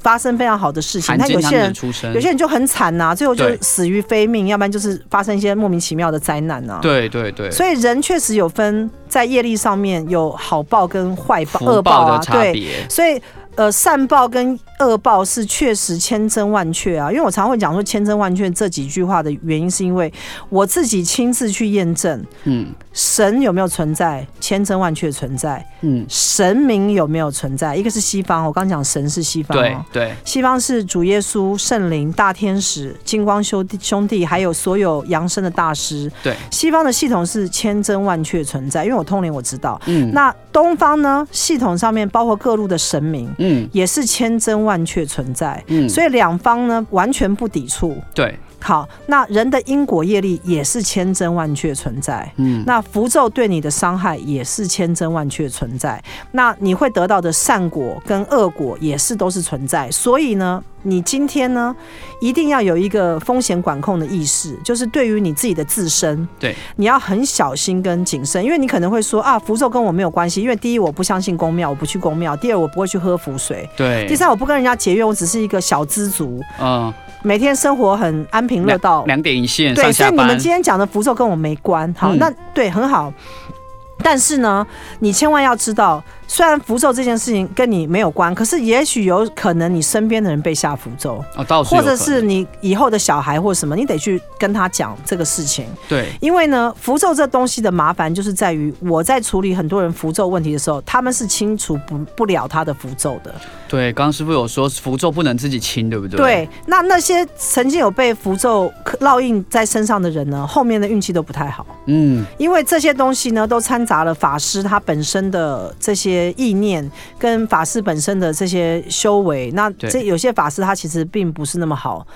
A: 发生非常好的事情。
B: 含
A: 但
B: 金
A: 有
B: 汤
A: 些
B: 匙
A: 人，
B: 出身，
A: 有些人就很惨呐、最后就
B: 对
A: 死于非命，要不然就是发生一些莫名其妙的灾难呐、啊。
B: 对对对，
A: 所以人确实有分在业力上面有好报跟坏报、
B: 福
A: 恶报
B: 报
A: 啊，
B: 的差
A: 对，
B: 别，
A: 所以呃，善报跟恶报是确实千真万确啊。因为我常会讲说千真万确这几句话的原因，是因为我自己亲自去验证
B: 嗯
A: 神有没有存在，千真万确存在，
B: 嗯，
A: 神明有没有存在。一个是西方，我刚讲神是西方、
B: 对
A: 哦。
B: 对
A: 西方是主耶稣、圣灵、大天使、金光兄弟兄弟，还有所有扬声的大师。
B: 对，
A: 西方的系统是千真万确存在，因为我通灵我知道。
B: 嗯
A: 那东方呢？系统上面包括各路的神明，
B: 嗯
A: 也是千真万确存在，
B: 嗯，
A: 所以两方呢完全不抵触。
B: 对
A: 好，那人的因果业力也是千真万确存在。
B: 嗯
A: 那符咒对你的伤害也是千真万确存在，那你会得到的善果跟恶果也是都是存在，所以呢，你今天呢一定要有一个风险管控的意识，就是对于你自己的自身，
B: 对，
A: 你要很小心跟谨慎，因为你可能会说啊，符咒跟我没有关系，因为第一我不相信公庙，我不去公庙；第二我不会去喝符水，
B: 对，
A: 第三，我不跟人家结怨，我只是一个小资族，
B: 嗯
A: 每天生活很安贫乐道。
B: 两点一线
A: 哦对，
B: 上
A: 所以
B: 下
A: 你们
B: 班，
A: 今天讲的符咒跟我没关，好，
B: 嗯
A: 那对很好。但是呢，你千万要知道，虽然符咒这件事情跟你没有关，可是也许有可能你身边的人被下符咒，
B: 哦到处
A: 或
B: 有
A: 者
B: 可
A: 是
B: 能
A: 你以后的小孩或什么，你得去跟他讲这个事情。
B: 对
A: 因为呢，符咒这东西的麻烦就是在于，我在处理很多人符咒问题的时候，他们是清除不不了他的符咒的。
B: 对，刚刚师傅有说符咒不能自己亲，对不对？
A: 对，那那些曾经有被符咒烙印在身上的人呢，后面的运气都不太好，
B: 嗯
A: 因为这些东西呢，都掺杂了法师他本身的这些意念，跟法师本身的这些修为。那
B: 对
A: 这有些法师他其实并不是那么好，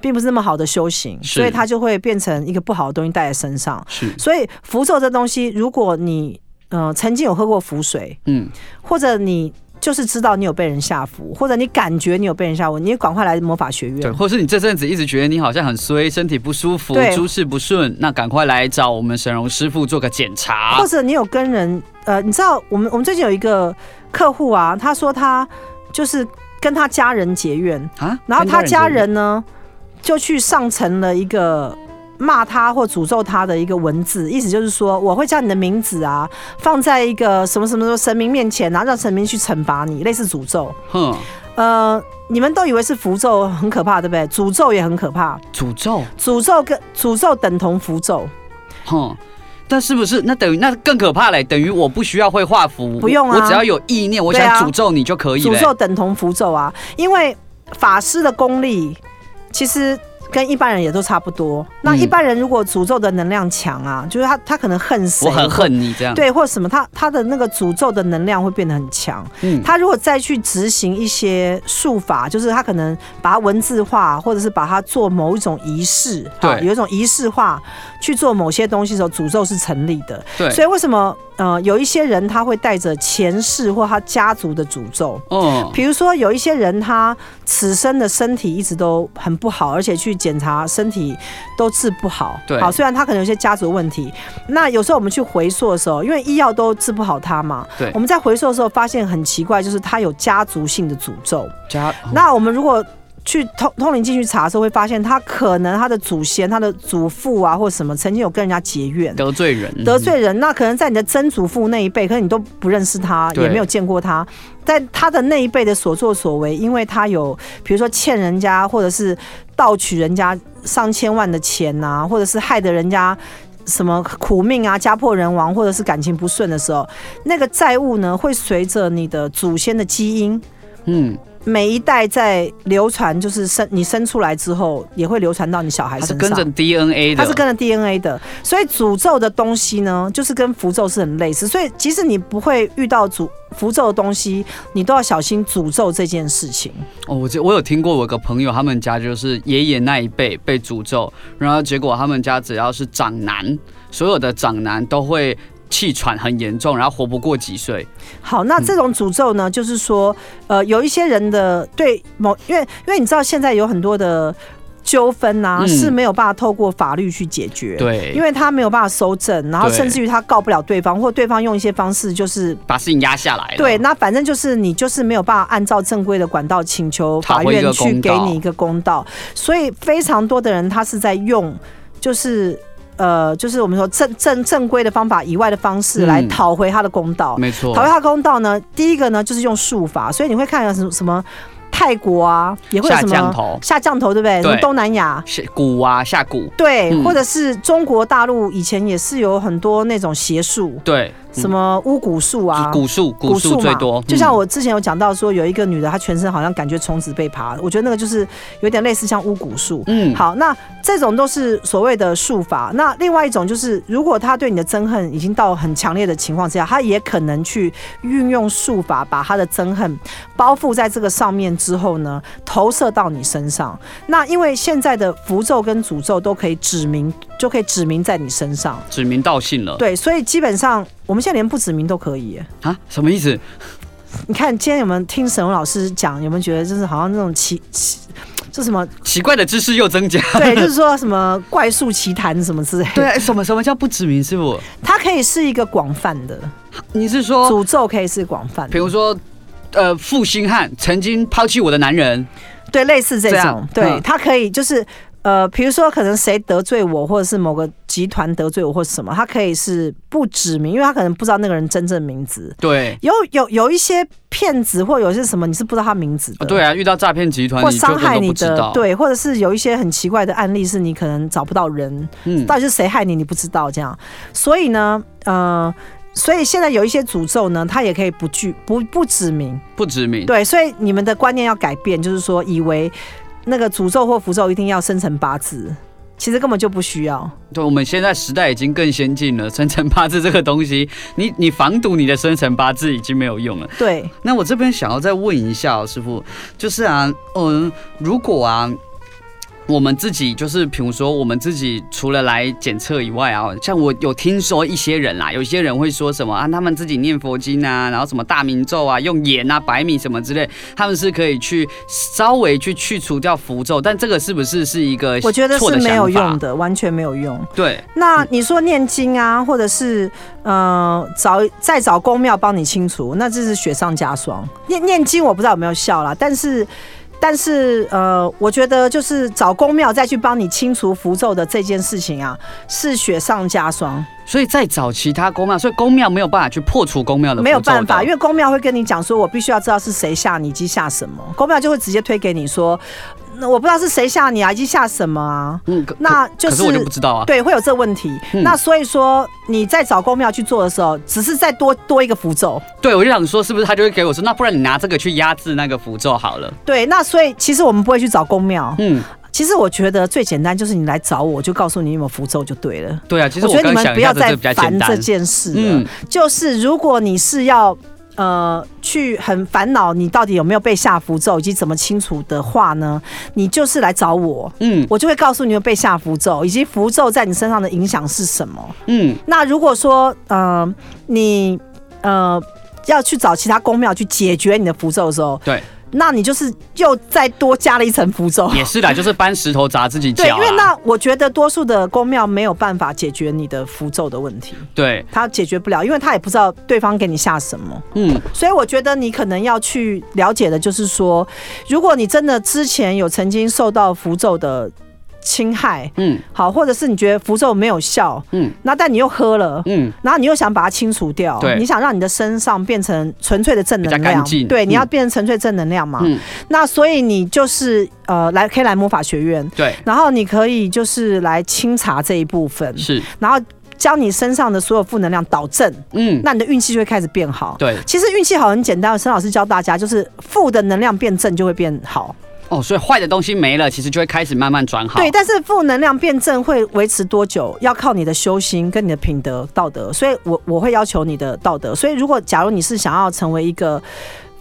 A: 并不是那么好的修行，
B: 是
A: 所以他就会变成一个不好的东西带在身上。
B: 是
A: 所以符咒这东西，如果你呃曾经有喝过符水，
B: 嗯
A: 或者你就是知道你有被人下符，或者你感觉你有被人下符，你赶快来魔法学
B: 对，
A: 院。
B: 或是你这阵子一直觉得你好像很衰，身体不舒服
A: 对，
B: 诸事不顺，那赶快来找我们沈荣师傅做个检查
A: 或。者你有跟人呃，你知道我们我们最近有一个客户啊，他说他就是跟他家人结怨，
B: 啊，
A: 然后
B: 跟
A: 他家
B: 结婚
A: 人呢就去上层了一个。骂他或诅咒他的一个文字，意思就是说，我会将你的名字啊放在一个什么什么什么神明面前，然后让神明去惩罚你，类似诅咒。
B: 哼
A: 呃，你们都以为是符咒很可怕，对不对？诅咒也很可怕，
B: 诅咒，
A: 诅咒跟诅咒等同符咒，
B: 哼。但是不是那等于那更可怕嘞？等于我不需要会画符，
A: 不用啊
B: 我只要有意念，我
A: 对
B: 想
A: 啊
B: 诅咒你就可以了。
A: 诅咒等同符咒啊，因为法师的功力其实。跟一般人也都差不多。那
B: 嗯
A: 一般人如果诅咒的能量强啊，就是他他可能恨谁，
B: 我很，恨啊你这样。，
A: 对，或什么，他他的那个诅咒的能量会变得很强。
B: 嗯，
A: 他如果再去执行一些术法，就是他可能把它文字化，或者是把它做某一种仪式，
B: 对
A: 啊有一种仪式化去做某些东西的时候，诅咒是成立的。
B: 对，
A: 所以为什么呃有一些人他会带着前世或他家族的诅咒？
B: 哦，
A: 比如说，有一些人他此生的身体一直都很不好，而且去检查身体都治不好。
B: 对
A: 好，虽然他可能有些家族问题，那有时候我们去回溯的时候，因为医药都治不好他嘛，
B: 对
A: 我们在回溯的时候发现很奇怪，就是他有家族性的诅咒。
B: 家嗯
A: 那我们如果去通通灵进去查的时候，会发现他可能他的祖先、他的祖父啊，或什么曾经有跟人家结怨。
B: 得罪人，
A: 得罪人，那可能在你的曾祖父那一辈，可能你都不认识他，
B: 对
A: 也没有见过他，在他的那一辈的所作所为，因为他有比如说欠人家，或者是盗取人家上千万的钱呐、或者是害得人家。什么苦命啊，家破人亡，或者是感情不顺的时候，那个债务呢，会随着你的祖先的基因，
B: 嗯，
A: 每一代在流传，就是生你生出来之后，也会流传到你小孩
B: 他
A: 身
B: 是
A: 上。
B: 跟着 DNA 的，
A: 它是跟着 DNA 的，所以诅咒的东西呢，就是跟符咒是很类似，所以即使你不会遇到诅符咒的东西，你都要小心诅咒这件事情。
B: 哦，我记我有听过，我有个朋友他们家就是爷爷那一辈被诅咒，然后结果他们家只要是长男，所有的长男都会气喘很严重，然后活不过几岁。
A: 好，那
B: 嗯
A: 这种诅咒呢，就是说，呃，有一些人的对某，因为因为你知道现在有很多的纠纷呐、
B: 嗯
A: 是没有办法透过法律去解决，，
B: 对，
A: 因为他没有办法收证，然后
B: 对
A: 甚至于他告不了对方，或对方用一些方式就是
B: 把事情压下来了。
A: 对，那反正就是你就是没有办法按照正规的管道请求法
B: 讨回一
A: 院
B: 个
A: 去
B: 公
A: 给
B: 道
A: 你一个公道，所以非常多的人他是在用就是。呃，就是我们说正正正规的方法以外的方式来
B: 嗯
A: 讨回他的公道。
B: 没错
A: 讨回。他的公道呢，第一个呢就是用术法，所以你会看到什么什么泰国啊，也会有
B: 下
A: 什么
B: 降头
A: 下降头，对不对？什么
B: 对
A: 东南亚，
B: 是鼓啊，下鼓。
A: 对，
B: 嗯
A: 或者是中国大陆以前也是有很多那种邪术，
B: 对，
A: 什么巫蛊术
B: 嗯
A: 啊，
B: 就是古树，古树最多。
A: 就像
B: 嗯
A: 我之前有讲到说，有一个女的，她全身好像感觉虫子被爬，我觉得那个就是有点类似像巫蛊术。
B: 嗯，
A: 好，那这种都是所谓的术法。那另外一种就是，如果他对你的憎恨已经到很强烈的情况之下，他也可能去运用术法把他的憎恨包覆在这个上面之后呢，投射到你身上。那因为现在的符咒跟诅咒都可以指明，就可以指明在你身上。
B: 指名道姓了。
A: 对，所以基本上我们现在连不指明都可以耶、
B: 啊，什么意思？
A: 你看今天有没有听沈文老师讲？有没有觉得就是好像那种奇奇，就
B: *laughs*
A: 什么
B: 奇怪的知识又增加。
A: 对，就是说什么怪术奇谈什么之类的。
B: 对，哎什么什么叫不指名师傅？
A: 它可以是一个广泛的
B: 你是说，
A: 诅咒，可以是广泛
B: 哦比
A: 的，
B: 如说，呃，负心汉曾经抛弃我的男人，
A: 对，类似这
B: 这
A: 种
B: 样，
A: 对，
B: 嗯
A: 它可以就是。呃，比如说可能谁得罪我，或者是某个集团得罪我，或者什么，它可以是不指名，因为他可能不知道那个人真正名字。
B: 对。
A: 有有有一些骗子或有一些什么，你是不知道他名字的。
B: 啊，对啊，遇到诈骗集团，
A: 或
B: 你就
A: 伤
B: 根
A: 害
B: 本
A: 你
B: 不知
A: 的
B: 道，
A: 对，或者是有一些很奇怪的案例，是你可能找不到人，
B: 嗯
A: 到底是谁害你，你不知道这样。所以呢，呃，所以现在有一些诅咒呢，它也可以不具不不指明，
B: 不指名，
A: 对，所以你们的观念要改变，就是说以为那个诅咒或符咒一定要生辰八字。其实根本就不需要，
B: 对，我们现在时代已经更先进了，生辰八字这个东西，你你防堵你的生辰八字已经没有用了。
A: 对，
B: 那呃我这边想要再问一下、哦、师傅，就是啊，嗯，如果啊，我们自己就是，比如说我们自己除了来检测以外啊，像我有听说一些人啦，有些人会说什么啊，他们自己念佛经啊，然后什么大明咒啊，用盐啊、白米什么之类，他们是可以去稍微去去除掉符咒，但这个是不是是一个
A: 我觉得
B: 哎错
A: 是
B: 的
A: 没有
B: 想法
A: 用？的，完全没有用。
B: 对，
A: 那你说念经啊，或者是呃找再找公庙帮你清除，那这是雪上加霜。念念经我不知道有没有效啦，但是但是呃，我觉得就是找公庙再去帮你清除符咒的这件事情啊，是雪上加霜，
B: 所以再找其他公庙，所以公庙没有办法去破除公庙的符咒的
A: 没有办法，因为公庙会跟你讲说，我必须要知道是谁下你以及下什么，公庙就会直接推给你说，那我不知道是谁下你啊，以及下什么啊。
B: 嗯，可
A: 那就
B: 可是我就不知道啊。
A: 对，会有这问题。
B: 嗯
A: 那所以说，你在找公庙去做的时候，只是再多多一个符咒。
B: 对，我就想说，是不是他就会给我说，那不然你拿这个去压制那个符咒好了？
A: 对，那所以其实我们不会去找公庙。
B: 嗯，
A: 其实我觉得最简单就是你来找我，我就告诉你有没有符咒就对了。
B: 对啊，其实
A: 我
B: 我
A: 觉得
B: 刚
A: 你们
B: 刚想
A: 不
B: 一下
A: 要
B: 子，这
A: 再
B: 比较
A: 烦
B: 简
A: 这
B: 单。
A: 件事了。
B: 嗯，
A: 就是如果你是要呃去很烦恼你到底有没有被下符咒以及怎么清除的话呢，你就是来找我，
B: 嗯
A: 我就会告诉你有被下符咒以及符咒在你身上的影响是什么。
B: 嗯，
A: 那如果说呃你呃要去找其他公庙去解决你的符咒的时候，
B: 对，
A: 那你就是又再多加了一层符咒。
B: 也是啦，就是搬石头砸自己脚
A: *laughs* 对，
B: 啊。
A: 因为那我觉得多数的公庙没有办法解决你的符咒的问题，
B: 对，
A: 他解决不了，因为他也不知道对方给你下什么。
B: 嗯
A: 所以我觉得你可能要去了解的就是说，如果你真的之前有曾经受到符咒的侵害，
B: 嗯
A: 好，或者是你觉得符咒没有效，
B: 嗯
A: 那但你又喝了，
B: 嗯，
A: 然后你又想把它清除掉，
B: 对
A: 你想让你的身上变成纯粹的正能
B: 比较
A: 量
B: 干，净
A: 对，
B: 嗯
A: 你要变成纯粹正能量嘛。
B: 嗯
A: 那所以你就是呃，来可以来魔法学院，
B: 对，
A: 然后你可以就是来清查这一部分，
B: 是，
A: 然后将你身上的所有负能量导正，
B: 嗯，
A: 那你的运气就会开始变好。
B: 对，
A: 其实运气好很简单，沈老师教大家，就是负的能量变正就会变好。
B: 哦，所以坏的东西没了，其实就会开始慢慢转好。
A: 对，但是负能量变正会维持多久，要靠你的修心跟你的品德道德。所以我我会要求你的道德。所以如果假如你是想要成为一个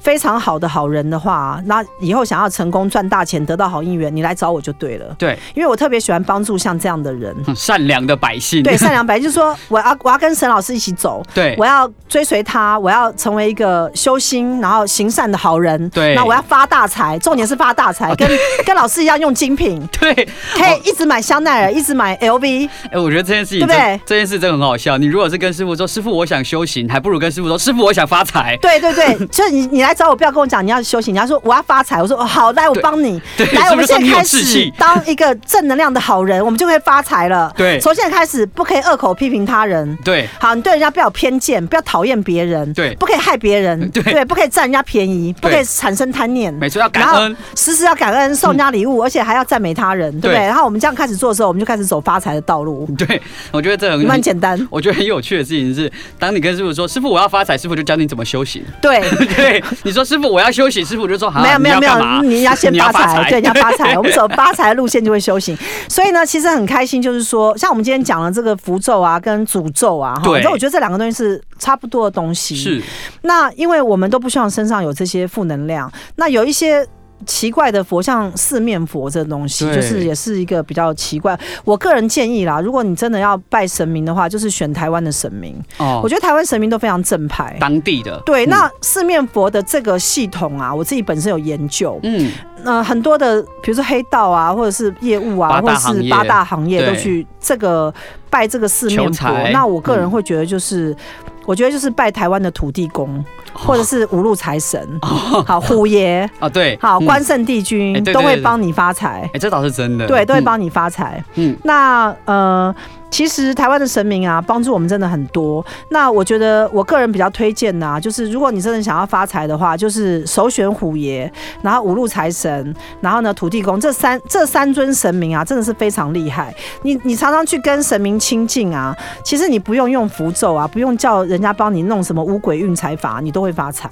A: 非常好的好人的话，那以后想要成功赚大钱得到好姻缘，你来找我就对了。
B: 对，
A: 因为我特别喜欢帮助像这样的人，
B: 嗯善良的百姓。
A: 对善良白，就是说我要我要跟沈老师一起走，
B: 对
A: 我要追随他，我要成为一个修心然后行善的好人。
B: 对啊
A: 那我要发大财，重点是发大财，跟跟老师一样用精品，
B: 对，
A: *laughs* 可以一直买香奈儿，一直买 LV。
B: 哎，我觉得这件事情，
A: 对不对
B: 这这件事真的很好笑。你如果是跟师傅说，师傅我想修行，还不如跟师傅说，师傅我想发财。
A: 对对
B: *laughs*
A: 对，就是你你来找我，不要跟我讲你要修行，你要说我要发财，我说哦好，来我
B: 对
A: 帮你
B: 对，
A: 来
B: 是
A: 我
B: 不
A: 们
B: 是说
A: 现
B: 你
A: 在
B: 有
A: 开
B: 志
A: 始
B: 气
A: 当一个正能量的好人，我们就会发财了。
B: 对
A: 从现在开始不可以恶口批评他人。
B: 对，
A: 好，你对人家不要有偏见，不要讨厌别人，
B: 对
A: 不可以害别人，
B: 对
A: 不可以占人家便宜，不
B: 对
A: 可以产生贪念，
B: 没错，要感
A: 然后
B: 恩。嗯
A: 时时要感恩，送人家礼物，而且还要赞美他人，对不对？
B: 对嗯
A: 然后我们这样开始做的时候，我们就开始走发财的道路，
B: *laughs* 对，我觉得这很
A: 蛮简单。
B: *laughs* 我觉得很有趣的事情是，当你跟师傅说“师傅我要发财”，师傅就教你怎么修行。 *laughs*
A: 对，
B: 对，你说“师傅我要修行”，师傅就说好
A: 没有没有
B: 你
A: 没
B: 要
A: 有
B: 干嘛，
A: 你要先
B: *laughs* 你要
A: 发
B: 发
A: 财，
B: 财
A: 对，你要发
B: *laughs*
A: 财。我们走发财的路线就会修行。所以呢，其实很开心，就是说，像我们今天讲了这个符咒啊，跟诅咒啊，哈，
B: 对
A: 那我觉得这两个东西是差不多的东西。
B: 是，
A: 那因为我们都不希望身上有这些负能量，那有一些。奇怪的佛像四面佛这东西，
B: 对
A: 就是也是一个比较奇怪。我个人建议啦，如果你真的要拜神明的话，就是选台湾的神明。
B: 哦
A: 我觉得台湾神明都非常正派。
B: 当地的
A: 对，
B: 嗯
A: 那四面佛的这个系统啊，我自己本身有研究。
B: 嗯
A: 呃，很多的，比如说黑道啊，或者是业务啊，
B: 八
A: 或者
B: 大行业
A: 是八大行业
B: 对
A: 都去这个拜这个四面
B: 求
A: 佛
B: 财。
A: 那我个人
B: 嗯
A: 会觉得就是。我觉得就是拜台湾的土地公，或者是五路财神，好虎爷，
B: 哦对，
A: 好
B: 嗯
A: 关圣帝
B: 哎
A: 君
B: 对对
A: 都会
B: 对
A: 帮你发财，
B: 哎这倒是真的，
A: 对，都会
B: 嗯
A: 帮你发财。
B: 嗯
A: 那呃，其实台湾的神明啊，帮助我们真的很多。那我觉得我个人比较推荐呐、就是如果你真的想要发财的话，就是首选虎爷，然后五路财神，然后呢土地公这三这三尊神明啊，真的是非常厉害。你你常常去跟神明亲近啊，其实你不用用符咒啊，不用叫人家帮你弄什么五鬼运财法，你都会发财。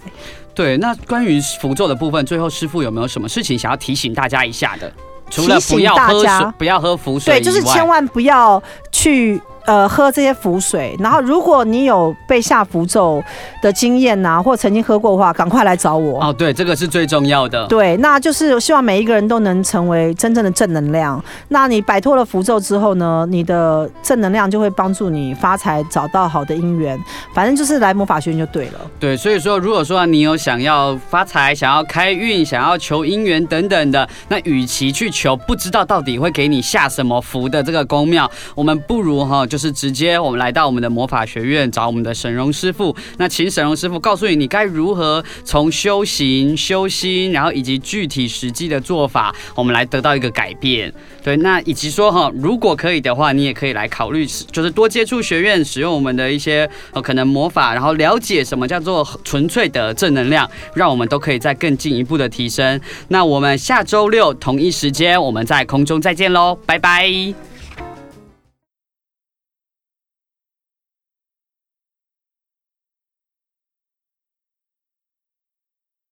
B: 对。那关于符咒的部分，最后师傅有没有什么事情想要提醒大家一下的？除了不要
A: 提
B: 喝
A: 醒大家
B: 水，不要喝符
A: 对，
B: 水以外，
A: 就是千万不要去。呃喝这些符水，然后如果你有被下符咒的经验呐、或曾经喝过的话，赶快来找我。
B: 哦，对，这个是最重要的。
A: 对，那就是希望每一个人都能成为真正的正能量。那你摆脱了符咒之后呢，你的正能量就会帮助你发财，找到好的姻缘。反正就是来魔法学院就对了。
B: 对，所以说，如果说你有想要发财、想要开运、想要求姻缘等等的，那与其去求不知道到底会给你下什么福的这个宫庙，我们不如哈，就是直接我们来到我们的魔法学院，找我们的沈荣师傅。那请沈荣师傅告诉你，你该如何从修行、修心，然后以及具体实际的做法，我们来得到一个改变。对，那以及说哈，如果可以的话，你也可以来考虑，就是多接触学院，使用我们的一些呃可能魔法，然后了解什么叫做纯粹的正能量，让我们都可以再更进一步的提升。那我们下周六同一时间，我们在空中再见喽，拜拜。